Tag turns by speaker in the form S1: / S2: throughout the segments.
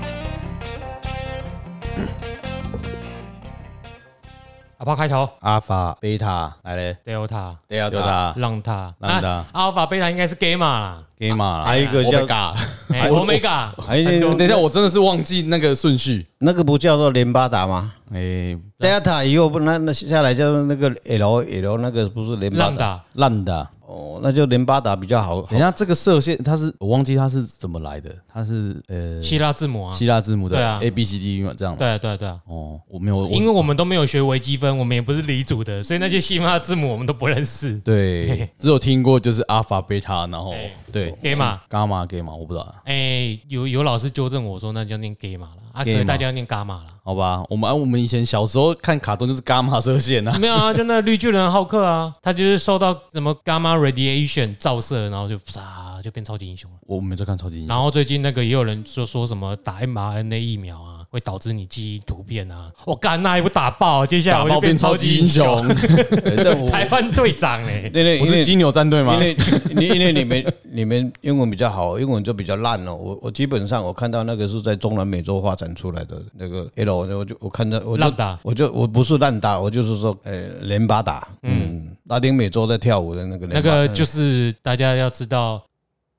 S1: 帕啊开头
S2: 阿法、贝塔，来嘞，
S1: ，delta、
S3: 对啊，
S2: 对
S3: 对啊，
S2: 吧
S1: 浪
S2: 浪塔
S1: 啊，alpha、beta 应该是 gamma 啦
S2: ？Gamma，
S3: 还有一个叫
S2: Omega，
S1: 哎，omega
S3: 还有一个
S2: 等一下，我真的是忘记那个顺序。
S3: 那个不叫做连巴达吗
S2: 诶，
S3: ？Delta 以后不那那下来叫那个 L L 那个不是连巴
S1: 浪
S3: 达
S1: 打
S2: 烂哦的。
S3: 哦，那就连巴达比较好。
S2: 等一下，这个射线它是我忘记它是怎么来的，它是呃
S1: 希腊字母啊，
S2: 希腊字母的
S1: 对啊
S2: A B C D E 嘛这样嘛。
S1: 对啊对啊对啊，
S2: 哦，我没有，我
S1: 因为我们都没有学微积分，我们也不是理组的，所以那些希腊字母我们都不认识。
S2: 对只有听过就是阿法、贝塔，然后
S1: 哎
S2: 对
S1: Gamma
S2: 伽马、伽马，我不知道。
S1: 哎，有有老师纠正我说那叫念 gamma 了，啊，可
S2: Gamma
S1: 能大家要念 gamma 了。
S2: 好吧，我们啊我们以前小时候看卡通就是伽马射线啊，
S1: 没有啊，就那绿巨人浩克啊，他就是受到什么 gamma radiation 照射，然后就啪就变超级英雄了。
S2: 我没在看超级英雄
S1: 然。后最近那个也有人说说什么打 mRNA 疫苗啊，会导致你基因突变啊。我干，那还不打爆？啊接下来
S2: 打
S1: 我
S2: 爆
S1: 就
S2: 变超
S1: 超
S2: 级
S1: 级
S2: 英
S1: 英
S2: 雄
S1: 雄，，
S3: 这我
S1: 台湾队长哎、
S3: 因为
S2: 不
S3: 因
S2: 是
S3: 为
S2: 金牛战队吗
S3: 因？为你因为你们你们英文比较好，英文就比较烂哦。我我基本上我看到那个是在中南美洲发展出来的那个 L，我就我看到我就
S1: 烂打
S3: 我就我不是烂打，我就是说呃连巴打，嗯，拉丁美洲在跳舞的那个
S1: 那
S3: 连巴
S1: 个就是大家要知道，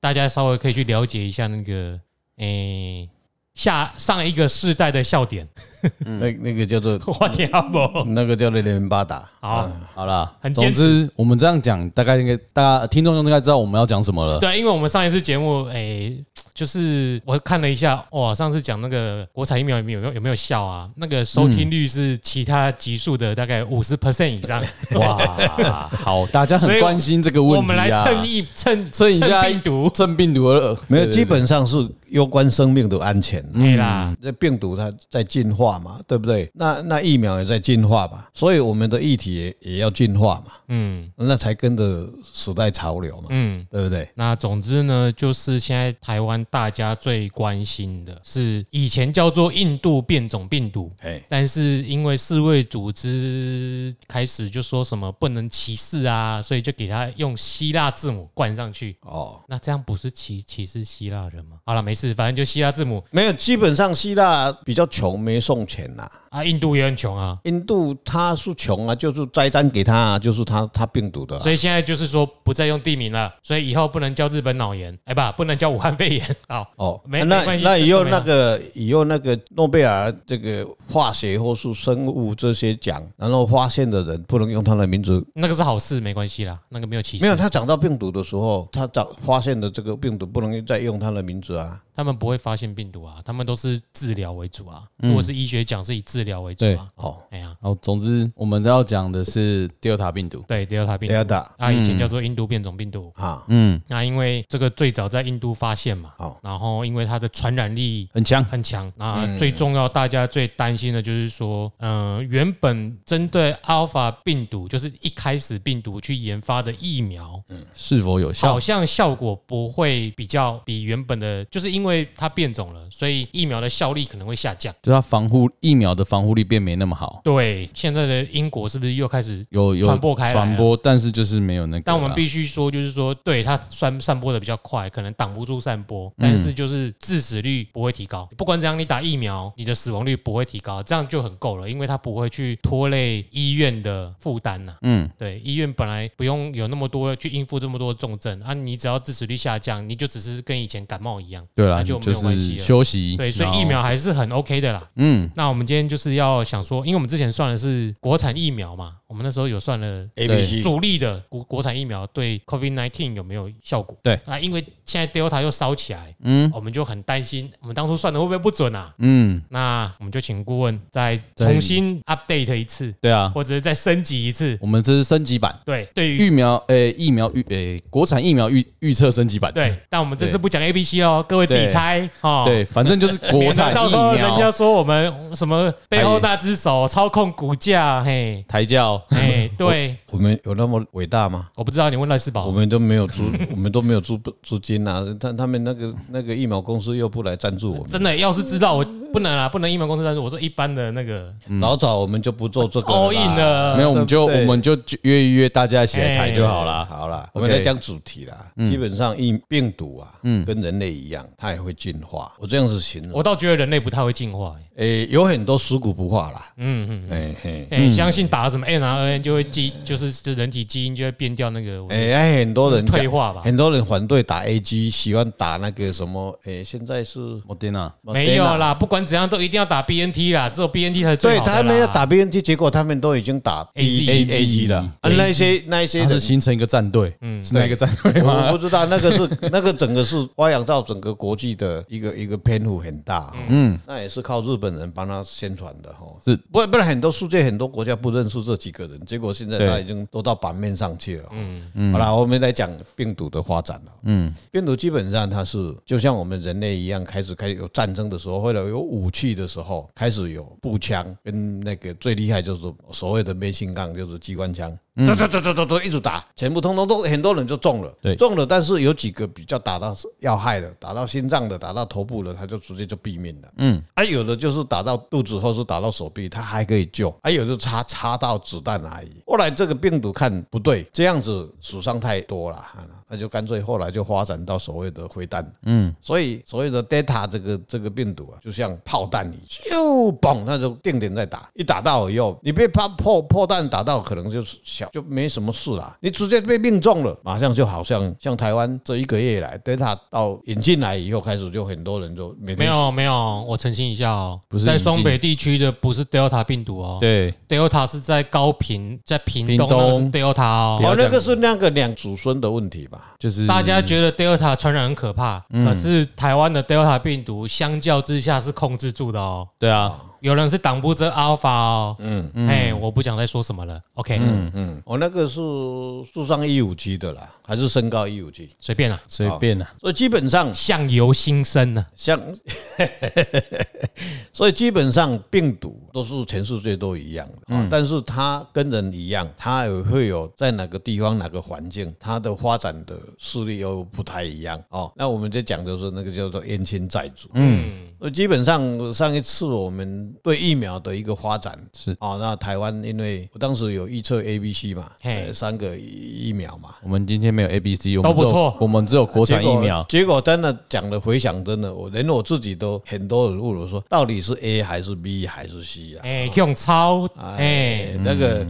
S1: 大家稍微可以去了解一下那个诶、下上一个世代的笑点，
S3: 那那个叫做
S1: 我天啊不，
S3: 那个叫做连巴打，
S1: 好。
S2: 好啦，
S1: 很
S2: 总
S1: 坚持
S2: 之我们这样讲，大概应该大家听众应该知道我们要讲什么了。
S1: 对，啊因为我们上一次节目，哎、就是我看了一下，哇，上次讲那个国产疫苗有没有有没有效啊？那个收听率是其他集数的大概五十 percent 以 上。
S2: 哇，好，大家很关心这个问题、啊、
S1: 我们来蹭一蹭
S2: 蹭一下
S1: 病毒，
S2: 蹭病毒了，
S3: 没有，
S2: 对
S3: 基本上是攸关生命的安全。
S2: 嗯
S1: 对啦，
S3: 这嗯病毒它在进化嘛，对不对？那那疫苗也在进化嘛，所以我们的议题也也要进化嘛，
S1: 嗯
S3: 那才跟着时代潮流嘛，
S1: 嗯。
S3: 对不对？
S1: 那总之呢，就是现在台湾大家最关心的是以前叫做印度变种病毒，
S3: 哎，
S1: 但是因为世卫组织开始就说什么不能歧视啊，所以就给他用希腊字母冠上去。
S3: 哦，
S1: 那这样不是歧歧视希腊人吗？好了，没事，反正就希腊字母
S3: 没有，基本上希腊比较穷，没送钱呐、
S1: 啊，印度也很穷啊，
S3: 印度它是穷啊，就是栽赃给他、啊，就是他他病毒的啊、
S1: 所以现在就是说不再用地名了，所以以后不能叫日本脑炎，哎、不，不能叫武汉肺炎。 好，
S3: 哦，
S1: 没
S3: 啊
S1: 没
S3: 那
S1: 关系
S3: 那以后
S1: 这个没有
S3: 那个以后那个诺贝尔这个化学或是生物这些奖，然后发现的人不能用他的名字。
S1: 那个是好事，没关系啦，那个没有歧视，
S3: 没有，他找到病毒的时候，他找发现的这个病毒不能再用他的名字啊。
S1: 他们不会发现病毒啊，他们都是治疗为主啊，
S3: 嗯
S1: 如果是医学讲是以治疗为主啊，
S3: 哦，
S1: 哎呀，
S2: 好，总之我们要讲的是 Delta 病毒。
S1: 对，Delta 病
S3: 不要
S1: 毒
S3: 打
S1: 啊，以前叫做印度变种病毒，
S3: 啊，
S2: 嗯，
S1: 那因为这个最早在印度发现嘛
S3: 好，
S1: 然后因为它的传染力
S2: 很强。
S1: 很强。那最重要，大家最担心的就是说，嗯、原本针对 Alpha 病毒，就是一开始病毒去研发的疫苗，
S2: 是否有效
S1: 好？像效果不会比较比原本的，就是因为它变种了，所以疫苗的效力可能会下降。
S2: 就它防护疫苗的防护力变没那么好，
S1: 对，现在的英国是不是又开始？
S2: 有有
S1: 传播开来啊
S2: 传播，但是就是没有那个啦。
S1: 但我们必须说，就是说，对它散散播的比较快，可能挡不住散播，但是
S2: 嗯
S1: 就是致死率不会提高。不管怎样，你打疫苗，你的死亡率不会提高，这样就很够了，因为它不会去拖累医院的负担呐。
S2: 嗯，
S1: 对，医院本来不用有那么多去应付这么多重症啊，你只要致死率下降，你就只是跟以前感冒一样，
S2: 对啦，
S1: 那就没有关系
S2: 是
S1: 了。
S2: 休息。
S1: 对，所
S2: 然后
S1: 以疫苗还是很 OK 的啦。
S2: 嗯，
S1: 那我们今天就是要想说，因为我们之前算的是国产疫苗嘛，我们那时候有算了
S3: A
S2: 对
S3: B C
S1: 主力的国国产疫苗对 COVID 19有没有效果？
S2: 对
S1: 啊，因为现在 Delta 又烧起来，嗯，我们就很担心，我们当初算的会不会不准啊？
S2: 嗯，
S1: 那我们就请顾问再
S2: 再
S1: 重新 update 一次，
S2: 对啊，
S1: 或者是再升级一次。
S2: 我们这是升级版
S1: 对，对于
S2: 疫苗，呃，疫苗预，呃，国产疫苗预预测升级版。
S1: 对，但我们这次不讲 A B C 哦，各位自己猜哦。
S2: 对，反正就是国
S1: 免得
S2: 产
S1: 到
S2: 疫
S1: 时候人家
S2: 苗
S1: 说我们什么背后那只手操控股价，嘿，
S2: 抬轿。
S1: 哎，对，
S3: 我们有那么伟大吗？
S1: 我不知道你问赖世
S3: 我
S1: 宝，
S3: 们都没有资，我们都没有资资金啊。他他们那个那个疫苗公司又不来赞助我们，
S1: 真的要是知道我不能啊，不能疫苗公司赞助。我说一般的那个
S3: 老早我们就不做这个
S1: all
S3: 了啦
S1: in 的，
S4: 没有，我们就
S3: 对不
S4: 我
S3: 对
S4: 们就约一约大家一起来谈就好了。
S1: 哎
S3: 好啦，
S4: OK
S3: 我们来讲主题啦。基本上，疫病毒啊，跟人类一样，它也会进化。我这样子形容，
S1: 我倒觉得人类不太会进化、欸。
S3: 诶，有很多尸骨不化啦。
S1: 嗯嗯，
S3: 哎嘿，
S1: 哎、相信打了什么 mRNA 就会基，就是这人体基因就会变掉那个。哎、
S3: 哎，还很多人讲
S1: 退化吧
S3: 很多人反对打 AG，喜欢打那个什么，哎，现在是
S4: 我天呐，
S1: 没有啦，不管怎样都一定要打 BNT 啦，只有 BNT 才是
S3: 所
S1: 最
S3: 以
S1: 好的啦。
S3: 他们要打 BNT，结果他们都已经打
S1: AZ
S3: AG 了。啊，那一些那一些
S4: 它是
S3: 人，
S4: 形成一个战队，
S1: 嗯
S4: 是哪一个战队吗？
S3: 我不知道那个是 那个整个是发扬到整个国际的一个一个篇幅很大。嗯，那也是靠日本人帮他宣传的哈。
S4: 是
S3: 不然不然很多世界很多国家不认识这几个人，结果现在
S4: 对
S3: 他已经都到版面上去了。嗯嗯，好了，我们来讲病毒的发展了。嗯，病毒基本上它是就像我们人类一样，开始开始有战争的时候，或者有武器的时候，开始有步枪跟那个最厉害就是所谓的变形杠，就是机关枪。哒哒哒哒哒哒，一直打，全部通通都很多人就中了，
S4: 对
S3: 中了，但是有几个比较打到要害的，打到心脏的，打到头部的，他就直接就毙命了。
S1: 嗯
S3: 啊，有的就是打到肚子或是打到手臂，他还可以救；啊，有的插插到子弹而已。后来这个病毒看不对，这样子死伤太多了，啊那就干脆后来就发展到所谓的灰弹。嗯，所以所谓的 Delta 这个这个病毒啊，就像炮弹一样，就嘣，那就定点在打，一打到以后，你被炮破破弹打到，可能就是小就没什么事啦。你直接被命中了，马上就好像像台湾这一个月以来 Delta 到引进来以后，开始就很多人就每天
S1: 没有没有，我澄清一下哦、
S4: 不是
S1: 在
S4: 引进
S1: 双北地区的不是 Delta 病毒哦、
S4: 对，
S1: Delta 是在高平，在屏
S4: 屏
S1: 东那个是
S4: 东
S1: Delta 哦、
S4: 不要
S3: 哦，
S4: 这
S3: 那
S4: 样
S3: 个是那个两祖孙的问题吧？
S4: 就是
S1: 大家觉得 Delta 传染很可怕，
S4: 嗯
S1: 可是台湾的 Delta 病毒相较之下是控制住的哦。
S4: 对啊，
S1: 有人是挡不住 Alpha 哦，嗯，哎，我不想再说什么了，OK，
S3: 嗯，哦，那个是树上一五七的啦，还是身高一五七？
S1: 随便啦，
S4: 随便啊，
S3: 所以基本上
S1: 相由心生啊呢，
S3: 像， 所以基本上病毒都是全世界都一样的，啊，但是它跟人一样，它也会有在哪个地方、哪个环境，它的发展的势力又不太一样哦。那我们就讲就是那个叫做冤亲债主，嗯。所以基本上上一次我们对疫苗的一个发展
S4: 是
S3: 哦，那台湾因为我当时有预测 A、B、C 嘛，
S1: 嘿
S3: 呃三个疫苗嘛，
S4: 我们今天没有 A B C，我
S1: 都
S4: 们
S1: 不
S4: 只有
S1: 错
S4: 我们只有国产疫苗，
S3: 结果真的讲的回想，真的我连我自己都很多人问我说，到底是 A 还是 B 还是 C 啊？
S1: 哎，用超，哎，
S3: 哎，那个。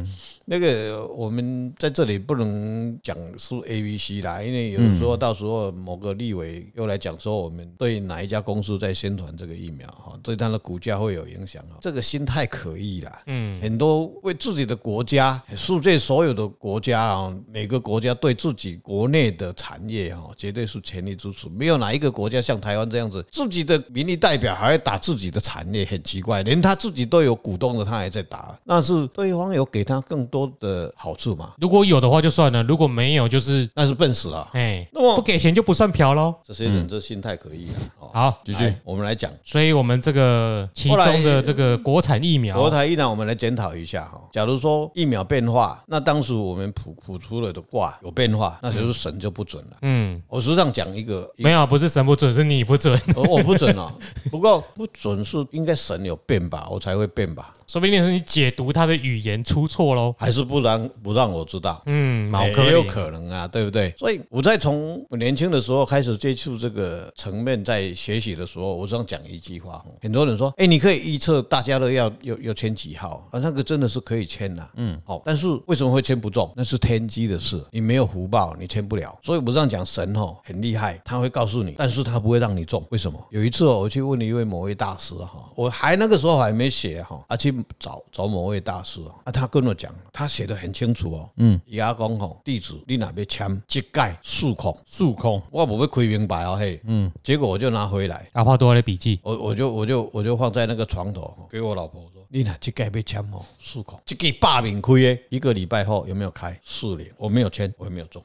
S3: 那个，我们在这里不能讲是 A、B、C 啦，因为有时候到时候某个立委又来讲说我们对哪一家公司在宣传这个疫苗哈，对它的股价会有影响哈，这个心态可疑啦。嗯，很多为自己的国家、世界所有的国家啊，每个国家对自己国内的产业哈，绝对是全力支持，没有哪一个国家像台湾这样子，自己的民意代表还要打自己的产业，很奇怪，连他自己都有股东了，他还在打，那是对方有给他更多的好处嘛？
S1: 如果有的话就算了，如果没有就是，
S3: 那是笨死了啊，
S1: 哎，
S3: 那么
S1: 不给钱就不算嫖喽。
S3: 这些人这心态可以啊。哦
S1: 嗯好，
S4: 继续
S3: 来我们来讲。
S1: 所以我们这个其中的这个国产疫苗
S3: 国，台疫苗，我们来检讨一下哈。假如说疫苗变化，那当时我们谱谱出了的卦有变化，那就是神就不准了。
S1: 嗯，
S3: 我实际上讲一个，一个
S1: 没有，不是神不准，是你不 准，
S3: 呃我不准啊，不过不准是应该神有变吧，我才会变吧，
S1: 说不定是你解读他的语言出错喽。
S3: 还是不让不让我知道。
S1: 嗯，毛
S3: 哎
S1: 科
S3: 也有
S1: 林
S3: 可能啊，对不对？所以我在从我年轻的时候开始接触这个层面，在学习的时候，我想讲一句话哦，很多人说，哎，你可以预测大家都要要要签几号啊，那个真的是可以签呐、嗯，好，但是为什么会签不中？那是天机的事，你没有福报，你签不了。所以我这样讲，神哦很厉害，他会告诉你，但是他不会让你中，为什么？有一次哦，我去问了一位某位大师啊哈，我还那个时候还没写哈，啊去找找某位大师哦啊，他跟我讲，他写的很清楚哦，嗯，牙讲吼地址你哪边签，即盖数孔，
S4: 数控
S3: 我不会开明白哦嘿，嗯，结果我就拿回来，
S1: 阿帕多的笔记，
S3: 我我就我就我就放在那个床头，给我老婆说，你若这盖被签哦，四口，这个罢免开的，一个礼拜后有没有开？四年，我没有签，我也没有中，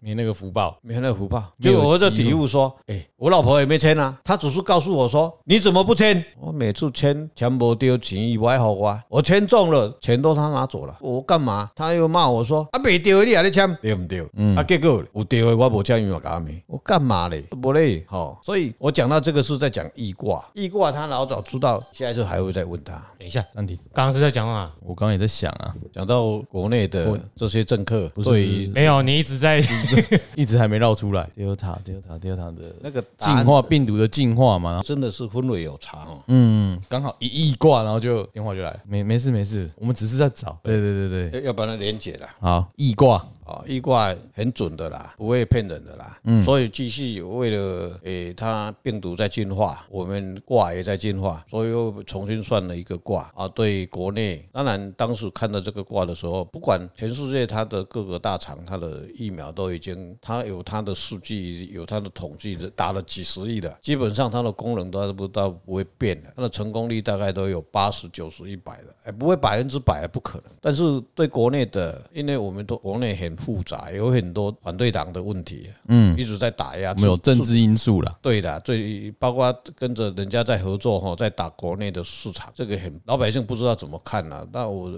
S2: 你那个福报，
S3: 没有那个福报。
S2: 没有
S3: 结果我就
S2: 机会
S3: 体悟说，哎、我老婆也没签啊，她只是告诉我说，你怎么不签？我每次签钱不丢，钱以外好啊，我签中了，钱都她拿走了，我干嘛？她又骂我说，啊，没丢的你还在签，对不对？啊，结果有丢的我无签，因为我搞没，我干嘛嘞？不嘞，好、所以我讲到这个是在讲易卦，易卦他老早知道，下一次还会再问他。
S1: 等一下，
S4: 暂停。
S1: 刚刚是在讲啊，
S4: 我刚刚也在想啊，
S3: 讲到国内的这些政客对于
S1: 没有，你一直在
S3: 嗯
S4: 一直还没绕出来。Delta Delta Delta 的
S3: 那个答
S4: 进
S3: 案
S4: 化病毒的进化嘛，然后
S3: 真的是昏为有常哦。
S4: 嗯，刚好一一挂，然后就电话就来了。没没事没事，我们只是在找。对对对对，
S3: 要要把它连解了
S4: 好，易挂
S3: 啊！易卦很准的啦，不会骗人的啦。嗯，所以继续为了诶，它病毒在进化，我们卦也在进化，所以又重新算了一个卦啊。对国内，当然当时看到这个卦的时候，不管全世界它的各个大厂，它的疫苗都已经，它有它的数据，有它的统计，打了几十亿的，基本上它的功能都不到不会变的，它的成功率大概都有八十、九十、一百的，哎，不会百分之百不可能。但是对国内的，因为我们都国内很复杂，有很多反对党的问题，嗯，一直在打压，
S4: 我啊们有
S3: 促
S4: 政治因素啦。
S3: 对的，最包括跟着人家在合作哈，在打国内的市场，这个很老百姓不知道怎么看啦、那我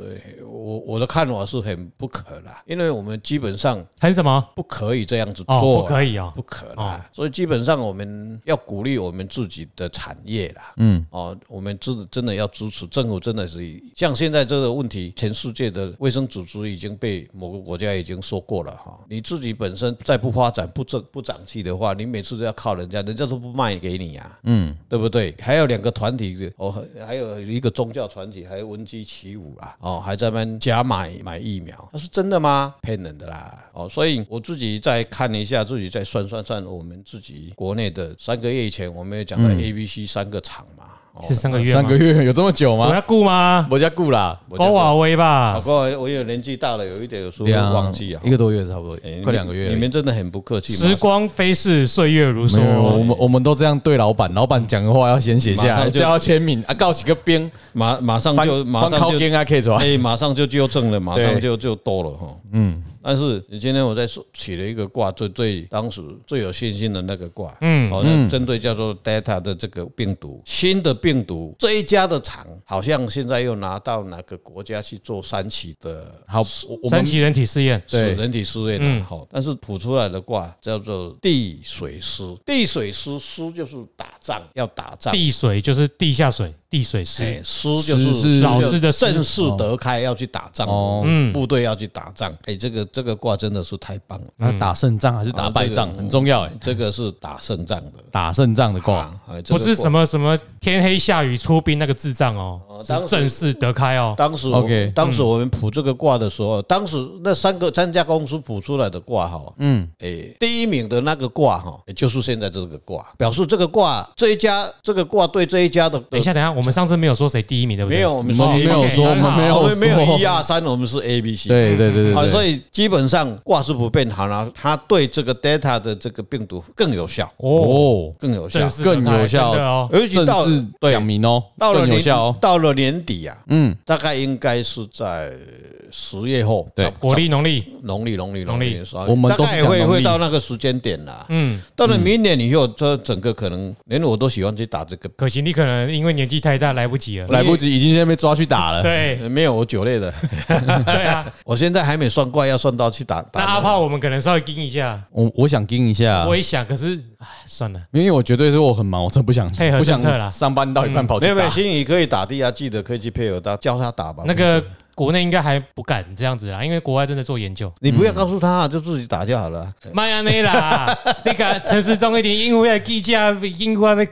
S3: 我我的看法是很不可啦，因为我们基本上
S1: 谈什么？
S3: 不可以这样子
S1: 哦，
S3: 做啦、
S1: 不可以哦，
S3: 不可啦。所以基本上我们要鼓励我们自己的产业啦，
S4: 嗯，
S3: 哦，我们支真的要支持政府，真的是像现在这个问题，全世界的卫生组织已经被某个国家已经说过了哈、你自己本身再不发展、不正不长气的话，你每次都要靠人家，人家都不卖给你呀、嗯，对不对？还有两个团体，哦，还有一个宗教团体，还有闻鸡起舞啦，哦，还在那边假买买疫苗，那是真的吗？骗人的啦，哦，所以我自己再看一下，自己再算算算，我们自己国内的三个月以前，我们也讲
S4: 嗯
S3: 到 A、B、C 三个厂嘛。哦
S1: 是三个月吗？
S4: 三个月啊有这么久
S1: 我
S4: 吗？
S1: 要顾吗？
S4: 我家顾啦，
S1: 欧瓦威吧
S3: 不，过我有年纪大了，有一点有时候会忘记啊
S4: 一，个多月差不多
S3: 哎，
S4: 快两个月而已。
S3: 你们真的很不客气嘛，
S1: 时光飞逝，岁月如
S4: 没有，我
S1: 梭。
S4: 们我们都这样对老板，老板讲的话要先写下
S3: 哎马
S4: 来，
S3: 上就
S4: 叫他签名啊，告几个兵，
S3: 马马上就
S4: 翻
S3: 马
S4: 翻
S3: 上
S4: 靠
S3: 就
S4: 边啊，可以抓。
S3: 哎，马上就纠正了，马上
S4: 对
S3: 就就多了哈。嗯，但是你今天我在说起了一个卦，最最当时最有信心的那个卦，嗯，好像针对叫做 Delta 的这个病毒，新的病毒这一家的厂，好像现在又拿到哪个国家去做三期的
S4: 好，我我
S1: 三
S4: 们
S1: 级人体试验，
S4: 对
S3: 是人体试验的好，但是谱出来的卦叫做地水师，地水师师就是打仗，要打仗。
S1: 地水就是地下水，地水
S3: 哎
S1: 师，
S3: 师就
S4: 师是
S3: 是
S1: 老师的师
S3: 正式得开要去打仗，
S4: 哦
S3: 嗯，部队要去打仗。哎，这个这个卦真的是太棒了，
S4: 那打胜仗还是打败仗
S3: 啊这个
S4: 很重要哎，
S3: 这个是打胜仗的
S4: 打胜仗的卦，
S3: 卦，哎这
S1: 不
S3: 个
S1: 是
S3: 卦
S1: 什么什么天黑下雨出兵那个智障哦，
S3: 当
S1: 是
S3: 时
S1: 正式得开哦。
S3: 当时我
S4: OK
S3: 当时我们卜这个卦的时候，当时那三个三家公司卜出来的卦哈，嗯，诶，第一名的那个卦哈，也就是现在这个卦，表示这个卦这一家这个卦对这一家的
S1: 等一下，等一下，我们上次没有说谁第一名，对不对？
S3: 没有，我
S4: 我
S3: 们
S4: 们
S3: 是 A
S4: 没有
S3: B 啊
S4: 说，我
S1: 很好
S4: 们没
S3: 我
S4: 有
S3: 们没有一
S4: 说，
S3: 二三，我们是 A B C。
S4: 对对对对
S3: 啊，
S4: 对，
S3: 所以基本上卦是不变好了，它对这个 Delta 的这个病毒更有效，
S1: 哦，
S4: 哦，
S3: 更有效
S1: 正。式得开
S4: 更有效
S1: 真的哦。
S3: 尤其到
S4: 正式
S3: 对
S4: 讲明哦，
S3: 到了
S4: 更有
S3: 年
S4: 效哦，
S3: 到了年底啊，
S4: 嗯，
S3: 大概应该是在十月后，
S4: 对
S3: 差不多
S1: 国历农历，
S3: 农历农历
S1: 农历
S3: 的时候
S4: 我们
S3: 大
S4: 都是
S3: 概
S4: 讲
S3: 会
S4: 农历
S3: 会到那个时间点啦。
S1: 嗯，
S3: 到了明年以后，这整个可能连我都喜欢去打这个，
S1: 可惜你可能因为年纪太大来不 及了。
S4: 来不及，已经现在被抓去打了，
S1: 对
S3: 没有我酒类的，
S1: 对 啊，
S3: 我现在还没算卦，要算到去打
S1: 那
S3: 打。啊
S1: 阿炮我们可能稍微盯一下，
S4: 我我想盯一下，啊
S1: 我也想，可是唉，算了，
S4: 因为我绝对是我很忙，我真不想
S1: 配合
S4: 不想
S1: 政策啦
S4: 上班到一半跑去
S3: 嗯没有没有，
S4: 打，
S3: 心仪可以打的啊，记得可以去配合他，教他打吧。
S1: 那个国内应该还不敢这样子啦，因为国外正在做研究。
S3: 你
S4: 嗯
S3: 不要告诉他啊，就自己打就好了。
S1: 迈阿密啦， 那个陈时中一点因为计价，因为被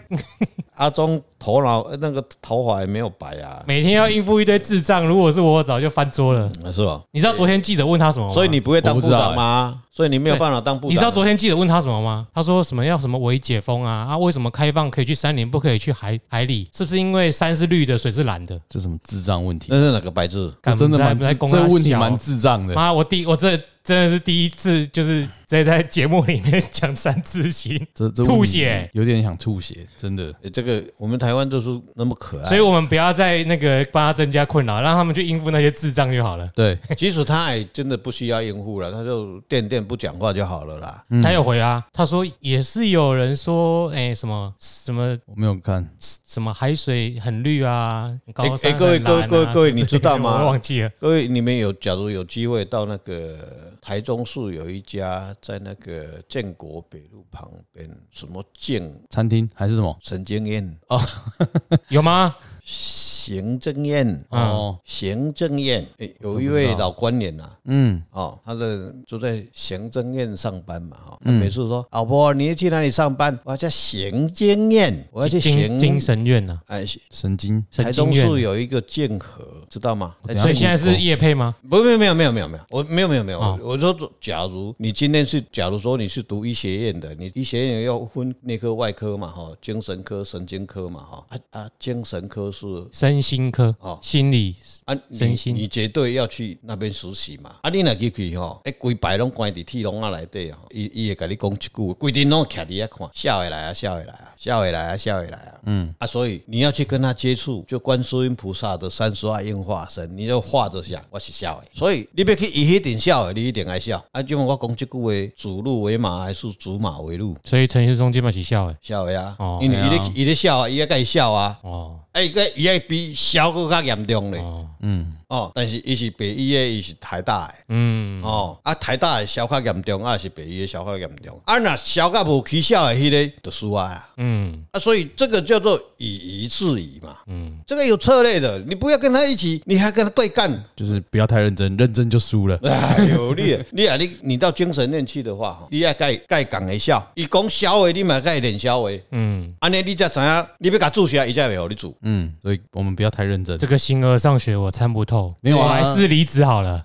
S3: 阿忠头脑呃那个头发也没有白啊，
S1: 每天要应付一堆智障，如果是我，我早就翻桌了。
S3: 是吧？
S1: 你知道昨天记者问他什么吗？
S3: 所以你不会当
S4: 我不
S3: 部
S4: 知道
S3: 长吗？所以你没有办法当部
S1: 哎
S3: 长。
S1: 你知道昨天记者问他什么吗？他说什么要什么微解封啊？啊，为什么开放可以去山林，不可以去海海里？是不是因为山是绿的，水是蓝的？
S4: 这什么智障问题？
S3: 呃那是哪个白字？
S4: 这真的蛮
S1: 在
S4: 智这个问题蛮
S1: 小
S4: 智障的。
S1: 妈，我第我这真的是第一次，就是在在节目里面讲三字经，
S4: 这这
S1: 吐血，
S4: 有点想吐血，真的。
S3: 诶这个我们台湾就是那么可爱，
S1: 所以我们不要再那个帮他增加困扰，让他们去应付那些智障就好了。
S4: 对，
S3: 其实他也真的不需要应付了，他就垫垫不讲话就好了啦。
S1: 他有回啊，他说也是有人说，哎、什么什么
S4: 我没有看，
S1: 什么海水很绿啊，
S3: 哎
S1: 高
S3: 哎
S1: 山、啊
S3: 各位各位各位各位你知道吗
S1: 我忘记了，
S3: 各位，你们有假如有机会到那个台中市有一家在那个建国北路旁边，什么建
S4: 餐厅还是什么？
S3: 神经院、
S1: 哦有吗？
S3: 行政院、
S1: 嗯
S4: 哦，
S3: 行政院，诶有一
S4: 我不
S3: 位
S4: 知道
S3: 老官员啊，
S4: 嗯，
S3: 哦，他的就在行政院上班嘛，哈、哦，
S4: 嗯
S3: 他每次说老婆，你要去哪里上班？我要去行政院，我要去
S1: 精
S3: 行
S1: 精神院啊呐、
S3: 哎，
S4: 神经，
S1: 神
S3: 台
S1: 经
S3: 中
S1: 院
S3: 市有一个剑河，知道吗？哎
S4: 我
S1: 所以现在是叶配吗？
S3: 不，没有，没有，没有，没有，没有，我没有，没有，没有。
S4: 啊
S1: 哦
S3: 我说，假如你今天是，假如说你是读医学院的，你医学院要分内科、外科嘛，哈，精神科、神经科嘛，哈，啊啊，精神科是
S1: 身心科、
S3: 哦
S1: 心理
S3: 啊，
S1: 身
S3: 你
S1: 心
S3: 你绝对要去那边实习嘛，啊，你若去去吼，哎，规排拢关伫铁笼啊内底吼，伊伊会甲你讲一句，规定拢徛伫遐看，笑会来啊，笑会来啊，笑会来啊，笑会来啊，嗯，啊，所以你要去跟他接触，就观世音菩萨的三十二应化身，你就画着想，我是笑的，所以你要去伊迄顶笑的，你一定爱笑，啊，就我讲即句话，主路为马还是主马为路？
S1: 所以陈世忠今晚起笑哎，
S3: 笑的啊
S1: 哦，
S3: 因为伊咧伊咧笑啊，伊咧甲伊笑啊，
S1: 哦
S3: 啊，伊个伊个比笑佫较严重咧。
S1: 哦，
S3: 哦，但是伊是北医的，伊是台大的，
S1: 嗯，
S3: 哦，啊台大的消较严重，啊是北医的消较严重，啊若消较无起效的迄个就输啊啦，
S1: 嗯，
S3: 啊所以这个叫做以夷制夷嘛，嗯，这个有策略的，你不要跟他一起，你还跟他对干，
S4: 就是不要太认真，认真就输了。
S3: 哎呦你也，你啊你你到精神院去的话，吼你也该该讲会笑，伊讲笑话，你嘛该练笑话，嗯，安尼你才知影，你要甲注射，伊才会互你注。
S4: 嗯，所以我们不要太认真
S1: 这。个形而上学我参不透，
S4: 没有啊
S1: 我还是离职好了。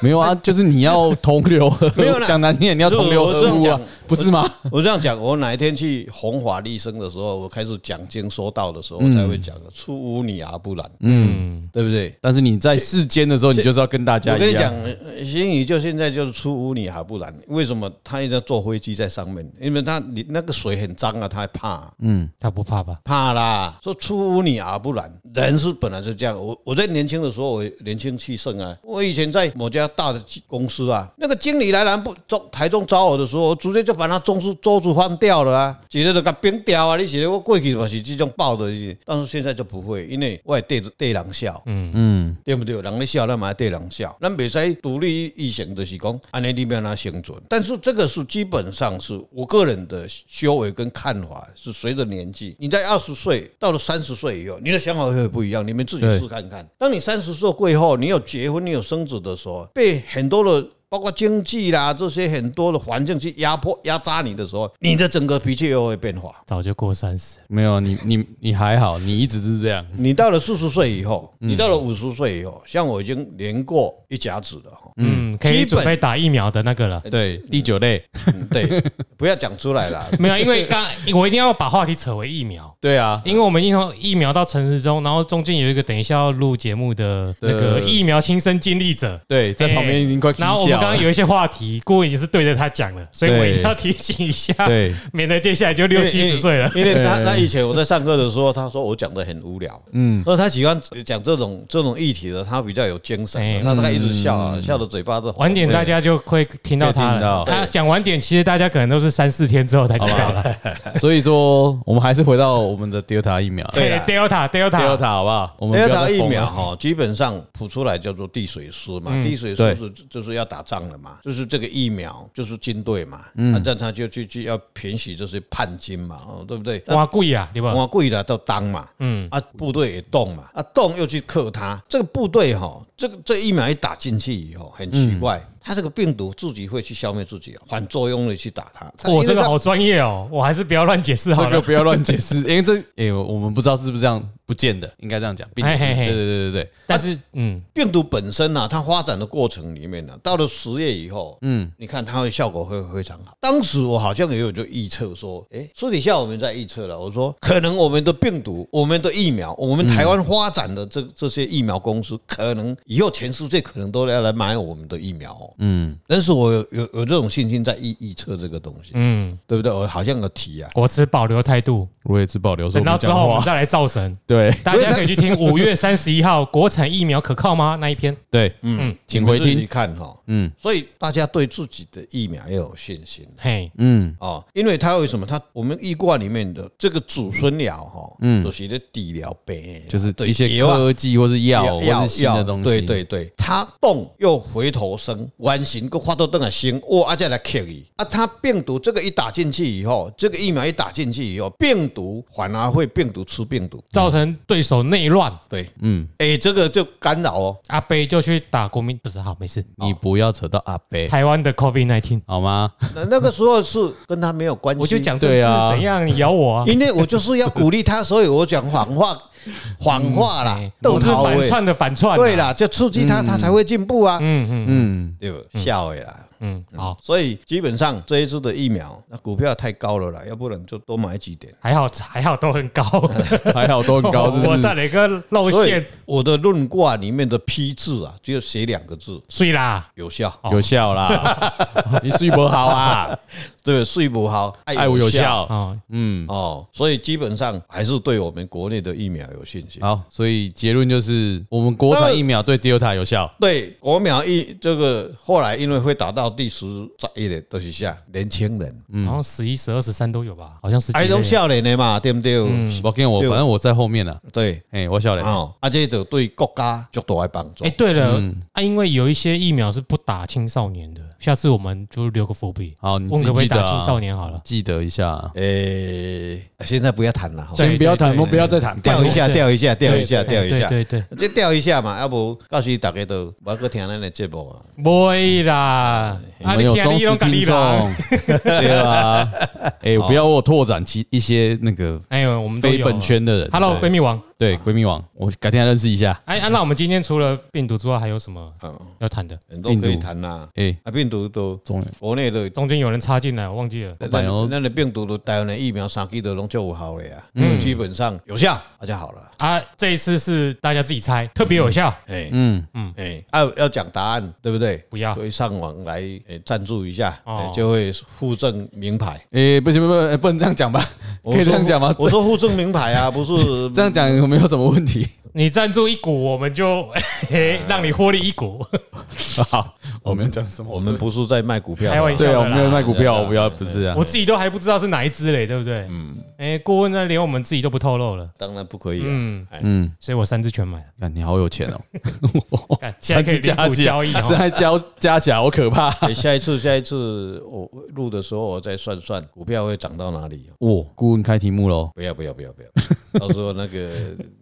S4: 没 有啊，就是你要同流合
S3: 没有
S4: 污，
S3: 啦
S4: 讲难听点，你要同流合污
S3: 我是这
S4: 啊
S3: 样讲，
S4: 不是吗？
S3: 我这样讲，我哪一天去弘法立生的时候，我开始讲经说道的时候，我才会讲“出污泥而不染”，
S1: 嗯，
S3: 对不对？
S4: 但是你在世间的时候，你就是要跟大家
S3: 我跟
S4: 一
S3: 你讲
S4: 样。，
S3: 新宇就现在就是出污泥而不染。为什么他一直坐飞机在上面？因为他你那个水很脏啊，他还怕
S1: 他不怕吧？
S3: 怕啦。说出污泥而不染，人是本来就这样。我我在年轻的时候，我年轻气盛啊。我以前在某家大的公司啊，那个经理来南部中台中找我的时候，我直接就把他中枢桌子换掉了啊，直接就给冰掉啊。你觉得我过去嘛是这种爆的，但是现在就不会，因为我也对着对人笑。对不对？人咧笑，咱嘛要对人笑，咱袂使独立意行，就是讲安尼你要哪生存。但是这个是基本上是我个人的修为跟看法，是随着年纪，你在二十岁到了三十岁以后，你的想法会不一样。你们自己
S4: 对
S3: 试看看。当你三十岁过后，你有结婚，你有生子的时候，被很多的。包括经济啦，这些很多的环境去压迫、压榨你的时候，你的整个脾气又会变化。
S1: 早就过三十，
S4: 没有，啊你你你还好，你一直是这样。
S3: 你到了四十岁以后，你到了五十岁以后，像我已经年过一甲子了哈，
S1: 嗯，可以
S3: 基本
S1: 准备打疫苗的那个
S3: 呃
S1: 了。
S4: 对，第九类，
S3: 嗯 对，不要讲出来啦。
S1: 没有，因为刚我一定要把话题扯回疫苗，
S4: 对啊，
S1: 因为我们一从疫苗到陈时中，然后中间有一个等一下要录节目的那个
S4: 对
S1: 疫苗亲身经历者。
S4: 对，在旁边已经快踢
S1: 哎然后我们
S4: 笑
S1: 刚刚
S4: 了。
S1: 有一些话题，顾问也是对着他讲的，所以我
S4: 啊对
S1: 一定要提醒一下，
S4: 对，
S1: 免得接下来就 六七十岁了。
S3: 因为他
S4: 对
S3: 他以前我在上课的时候，他说我讲的很无聊，嗯，所以他喜欢讲这种这种议题的，他比较有精
S1: 哎
S3: 神，他大概一直笑
S4: 嗯
S3: 啊，笑的嘴巴都
S1: 晚点大家就会听到他
S4: 就听到
S1: 了。他讲晚点，其实大家可能都是三四天之后才知道了。
S4: 所以说我们还是回到我们的 Delta 疫苗啊
S3: 对啦
S1: 嘿，Delta Delta，
S4: ，Delta 好不好？我们不要再
S3: ，Delta
S4: 疯
S3: 疫
S4: 了啊
S3: 苗哈，基本上谱出来叫做滴水师
S1: 嗯
S3: 嘛，滴水师
S4: 对
S3: 是就是要打仗了嘛，就是这个疫苗就是军队嘛，
S4: 嗯
S3: 那这样他就就就要平息这些叛军嘛，哦，对不对？
S1: 哇贵啊，对吧？
S3: 往贵了都当嘛，嗯啊，部队也动嘛，啊动又去克他。这个部队哈，这个这疫苗一打进去以后，很奇怪，
S1: 嗯
S3: 它这个病毒自己会去消灭自己哦，反作用力去打它。它
S1: 我
S3: 因
S1: 哦这
S3: 为
S1: 个
S3: 它
S1: 好专业哦，我还是不要乱解释 好
S4: 这个
S1: 了。
S4: 不要乱解释，因为这诶、我们不知道是不是这样，不见得应该这样讲，并不是
S1: 嘿嘿嘿
S4: 对对对对对，啊
S1: 但是，嗯，
S3: 病毒本身啊，它发展的过程里面呢、啊到了十月以后，嗯，你看它会效果会非常好。当时我好像也有就预测说，诶、私底下我们在预测了，我说可能我们的病毒、我们的疫苗、我们台湾发展的这这些疫苗公司，可能以后全世界可能都要来买我们的疫苗、哦。么。
S2: 嗯，
S3: 但是我有有有这种信心在预预测这个东西，
S1: 嗯，
S3: 对不对？我好像有提啊，
S1: 我持保留态度，
S4: 我也只保留说
S1: 等
S4: 没
S1: 到之
S4: 讲
S1: 后啊我
S4: 话
S1: 们。再来造神。
S4: 对
S1: 大家可以去听五月三十一号国产疫苗可靠吗那一篇。
S4: 对，
S3: 嗯，
S4: 请回听
S3: 你们自己看哈，
S2: 嗯
S3: 嗯，所以大家对自己的疫苗要有信心。啊
S1: 嘿，
S2: 嗯
S3: 哦，因为它为什么？它我们易卦里面的这个祖孙疗哈，嗯，都是在治疗病，
S2: 就是
S3: 对
S2: 一些
S3: 药啊
S2: 科技或是药或是新的东西，
S3: 对对对，它动又回头生，完形个发到灯啊生，哇，啊再来克伊啊，它病毒这个一打进去以后，这个疫苗一打进去以后，病毒反而会病毒吃病毒，
S1: 造成对手内乱，
S3: 对，
S2: 嗯，
S3: 哎，这个就干扰哦，
S1: 阿贝就去打国民，不是好没事。哦
S2: 你不要扯到阿贝
S1: 台湾的 COVID nineteen，
S2: 好吗？
S3: 那那个时候是跟他没有关系，
S1: 我就讲政治
S2: 对啊
S1: 怎样，你咬我啊？
S3: 因为我就是要鼓励他，所以我讲谎话，谎话
S2: 嗯
S3: 啦
S1: 哎，
S3: 豆
S1: 我是
S3: 桃
S2: 欸
S1: 反
S3: 味，
S1: 串的反串啊。
S3: 对啦，就刺激他，他才会进步啊，
S1: 嗯，嗯
S2: 嗯，
S3: 对不？笑的啦。
S1: 嗯嗯，好，
S3: 所以基本上这一支的疫苗，那股票太高了啦，要不然就多买几点。
S1: 还好还好都很高，
S4: 嗯
S2: 还好都很高，就
S1: 我带
S2: 是
S1: 了一个露
S3: 所以
S1: 馅，
S3: 我的论卦里面的批字啊，只有写两个字
S1: 睡啦。
S3: 有效，
S1: 哦
S2: 有效啦。 你睡不好啊，
S3: 对，睡不好，
S2: 爱
S3: 我
S2: 我有
S3: 效
S2: 效。
S1: 哦，
S2: 嗯，
S3: 哦。所以基本上还是对我们国内的疫苗有信心。
S2: 好，所以结论就是我们国产疫苗对 Delta 有效。
S3: 对国苗疫这个后来因为会打到第十、十一的都是下年轻人，
S2: 嗯
S1: 然后十一、十二、十三都有吧？好像十几
S3: 哎，
S1: 类
S3: 都少年的嘛，对不对？
S2: 我跟嗯我
S3: 对
S2: 反正我在后面了。
S3: 对，
S2: 哎，我晓得。
S3: 哦，啊，这就对国家足大的帮助
S1: 哎、。对了、
S2: 嗯
S1: 啊，因为有一些疫苗是不打青少年的，下次我们就留个伏笔。
S2: 好，你
S1: 问
S2: 自己
S1: 可不可以
S2: 记
S1: 打
S2: 得
S1: 青
S2: 啊
S1: 少年好了？
S2: 记得一下啊。
S3: 诶，呃现在不要谈了哈。
S1: 对
S2: 先不要谈，
S1: 对
S2: 我们不要再谈。
S3: 掉一下，
S1: 对
S3: 掉一下，掉一下，
S1: 对
S3: 掉一下，
S1: 对对
S3: 这掉一下嘛，要啊不到时大家都不要去听咱的节目啊。
S1: 不会啦，
S2: 哎
S1: 啊
S2: 我们有忠实听众， 对啊，哎，不要我拓展其一些那个
S1: 哎呦，我们都
S2: 非
S1: 有
S2: 本圈的人。
S1: Hello，闺蜜王。
S2: 对啊闺蜜网，我改天来认识一下。
S1: 哎、啊，那我们今天除了病毒之外，还有什么
S3: 嗯
S1: 要谈的？
S3: 很多可以谈啦，
S2: 哎，
S3: 啊，病毒都
S2: 终于
S3: 国内都，
S1: 中间有人插进来，我忘记了。
S2: 本来
S3: 那
S2: 哦嗯
S3: 那的病毒都台湾的疫苗三剂都拢就有效了呀，基本上有效，那就好了。
S1: 啊，这一次是大家自己猜，特别有效。
S3: 哎，
S2: 嗯，
S3: 哎，要要讲答案，对不对？
S1: 不要
S3: 所以上网来哎赞助一下，
S1: 哦
S3: 哎就会附赠名牌。
S2: 诶，哎不行不行，不行不能这样讲吧？
S3: 我
S2: 可以这
S3: 说
S2: 样讲吗？
S3: 我说附赠名牌啊，不是
S2: 这样讲有没有什么问题？
S1: 你赞助一股，我们就、 嘿
S2: 嗯
S1: 让你获利一股。
S2: 好，我没有讲什么，
S3: 我们不是在卖股票的啊，
S1: 开玩笑
S2: 对啊，我没有卖股票，
S3: 对啊
S2: 我不要不是啊
S1: 我。自己都还不知道是哪一支嘞，对不对？嗯。哎、顾问那连我们自己都不透露了，
S3: 当然不可以啊。
S1: 嗯，
S2: 嗯，
S1: 所以我三支全买了。
S2: 看你好有钱哦，
S1: 干现在可以零股交易
S2: 现
S1: 哦。
S2: 在交加起来好可怕。
S3: 哎下一次，下一次我录的时候，我再算算股票会涨到哪里。
S2: 哇，顾问开题目喽。
S3: 不要不要不 要不要！到时候那个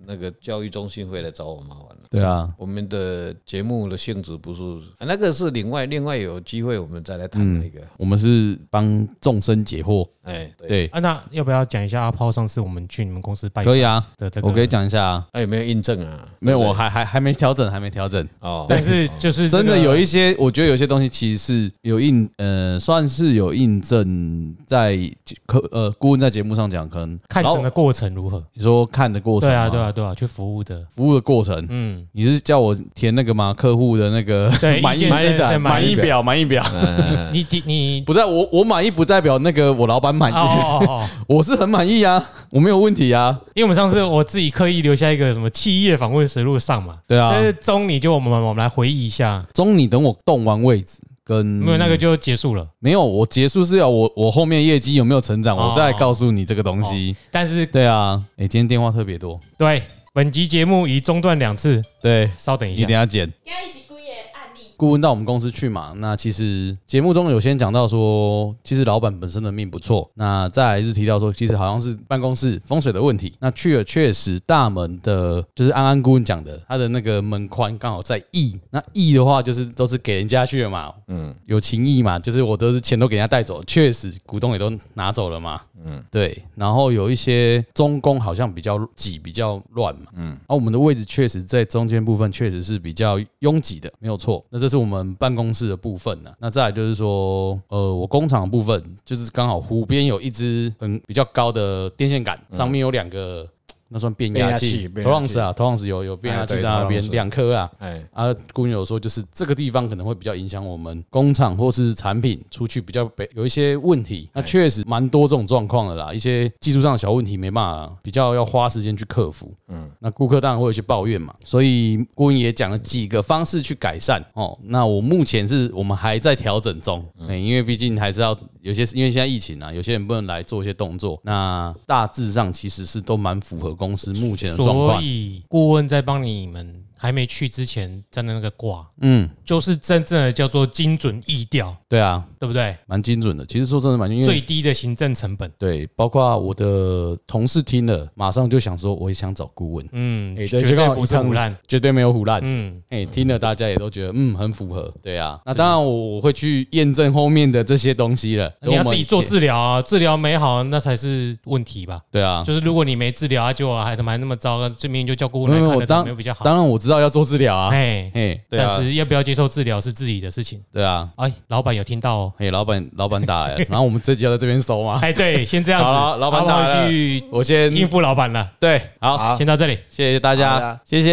S3: 那个教育中心会来找我麻烦了。
S2: 对啊，
S3: 我们的节目的性质不是啊那个是另外另外有机会我们再来谈那个。
S1: 嗯
S2: 我们是帮众生解惑，
S3: 哎，对，
S2: 对，
S1: 啊，那要不要讲一下阿炮上次我们去你们公司拜
S2: 可
S1: 以
S2: 以啊，
S1: 的这个？
S2: 我可以讲一下啊。
S3: 那有没有印证啊？
S2: 没有，
S3: 对不
S2: 我
S3: 对
S2: 还还还没调整，还没调整。
S3: 哦，
S1: 但是就是这
S2: 真
S1: 个
S2: 的有一些，我觉得有些东西其实是有印，呃，算是有印证在可呃，顾问在节目上讲，可能
S1: 看整
S2: 然
S1: 个
S2: 后
S1: 过程如何。
S2: 你说看的过程，
S1: 对啊，对，啊，对啊，去服务的，
S2: 服务的过程，
S1: 嗯，
S2: 你是叫我填那个吗？客户的那个
S1: 对，
S2: 满
S1: 意
S2: 意
S1: 见是对
S2: 满意表，满意表，
S3: 嗯
S1: 你你你
S2: 不是啊我我满意，不代表那个我老板满
S1: 哦
S2: 意，
S1: 哦哦哦，
S2: 我是很满意啊， 我没有问题啊，
S1: 因为我们上次我自己刻意留下一个什么企业访问实录上嘛，
S2: 对啊
S1: 但，是中你就我们我们来回忆一下，
S2: 中你等我动完位置跟
S1: 没有那
S2: 嗯
S1: 个就结束了。
S2: 没有，我结束是要我我后面业绩有没有成长，
S1: 哦
S2: 我再告诉你这个东西。
S1: 但是
S2: 对啊，哎、今天电话特别多，
S1: 对本集节目已中断两次，
S2: 对，
S1: 稍等一
S2: 你
S1: 下
S2: 等一，下剪。
S5: 今日是几个案例？
S2: 顾问到我们公司去嘛？那其实节目中有先讲到说，其实老板本身的命不错。那再来就是提到说，其实好像是办公室风水的问题。那去了确实大门的，就是安安顾问讲的，他的那个门宽刚好在 E。那 E 的话就是都是给人家去了嘛，嗯，有情义嘛，就是我都是钱都给人家带走，确实股东也都拿走了嘛，嗯，对。然后有一些中宫好像比较挤，比较乱嘛，
S3: 嗯
S2: 而、我们的位置确实在中间部分确实是比较拥挤的，没有错。那这是我们办公室的部分呢、啊那再来就是说，呃，我工厂的部分就是刚好湖边有一只很比较高的电线杆，上面有两个。那算变
S3: 嗯变
S2: 压
S3: 压
S2: 器
S3: 器变
S2: 头
S3: 压
S2: 浪
S3: 器
S2: 石啊，头浪石有有变
S3: 哎
S2: 压器
S3: 对
S2: 在那
S3: 头
S2: 边
S3: 浪石
S2: 两颗啊，
S3: 哎，
S2: 啊，顾云有说，就是这个地方可能会比较影响我们工厂或是产品出去比较被有一些问题，
S1: 哎
S2: 那确实蛮多这种状况的啦，一些技术上的小问题没办法，比较要花时间去克服。嗯，那顾客当然会有一些抱怨嘛，所以顾云也讲了几个方式去改善哦。那我目前是我们还在调整中，
S1: 嗯
S2: 哎，因为毕竟还是要有些，因为现在疫情啊，有些人不能来做一些动作，那大致上其实是都蛮符合公司目前的状
S1: 所
S2: 况。
S1: 以顾问在帮你们还没去之前在那个卦，
S2: 嗯，
S1: 就是真正的叫做精准意调，
S2: 对啊，
S1: 对不对？
S2: 蛮精准的。其实说真的蛮精准，因为
S1: 最低的行政成本，
S2: 对，包括我的同事听了，马上就想说，我也想找顾问，
S1: 嗯，
S2: 哎
S1: 绝
S2: 对就跟
S1: 对
S2: 我
S1: 不
S2: 一
S1: 是
S2: 样
S1: 胡乱，
S2: 绝对没有胡乱。
S1: 嗯，
S2: 哎、听了大家也都觉得，嗯，很符合，对啊。那当然我，我会去验证后面的这些东西了。
S1: 你要
S2: 跟我
S1: 自
S2: 们
S1: 己做
S2: 一起，
S1: 治疗啊，治疗没好那才是问题吧。
S2: 对啊。
S1: 就是如果你没治疗啊，结果还他妈还那么糟，这明明就叫顾问
S2: 没
S1: 来
S2: 有没
S1: 看
S2: 有，
S1: 的，怎
S2: 当
S1: 么有比较好？
S2: 当然我知道要做治疗啊，哎、
S1: 哎，
S2: 对啊
S1: 但，是要不要接受治疗是自己的事情。
S2: 对啊，
S1: 哎，老板有听到哦。
S2: 哎、老板老板打 来了，然后我们这集要在这边收嘛，
S1: 哎，对，先这样子，
S2: 好老板
S1: 他们
S2: 打了
S1: 会去
S2: 我先
S1: 应付老板了。
S2: 对，好，
S3: 好
S1: 先到这里，
S2: 谢谢大
S3: 好
S2: 家
S3: 的，
S2: 谢谢，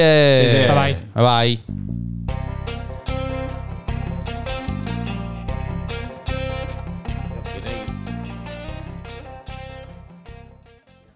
S3: 谢谢
S1: 拜拜。
S2: 拜拜。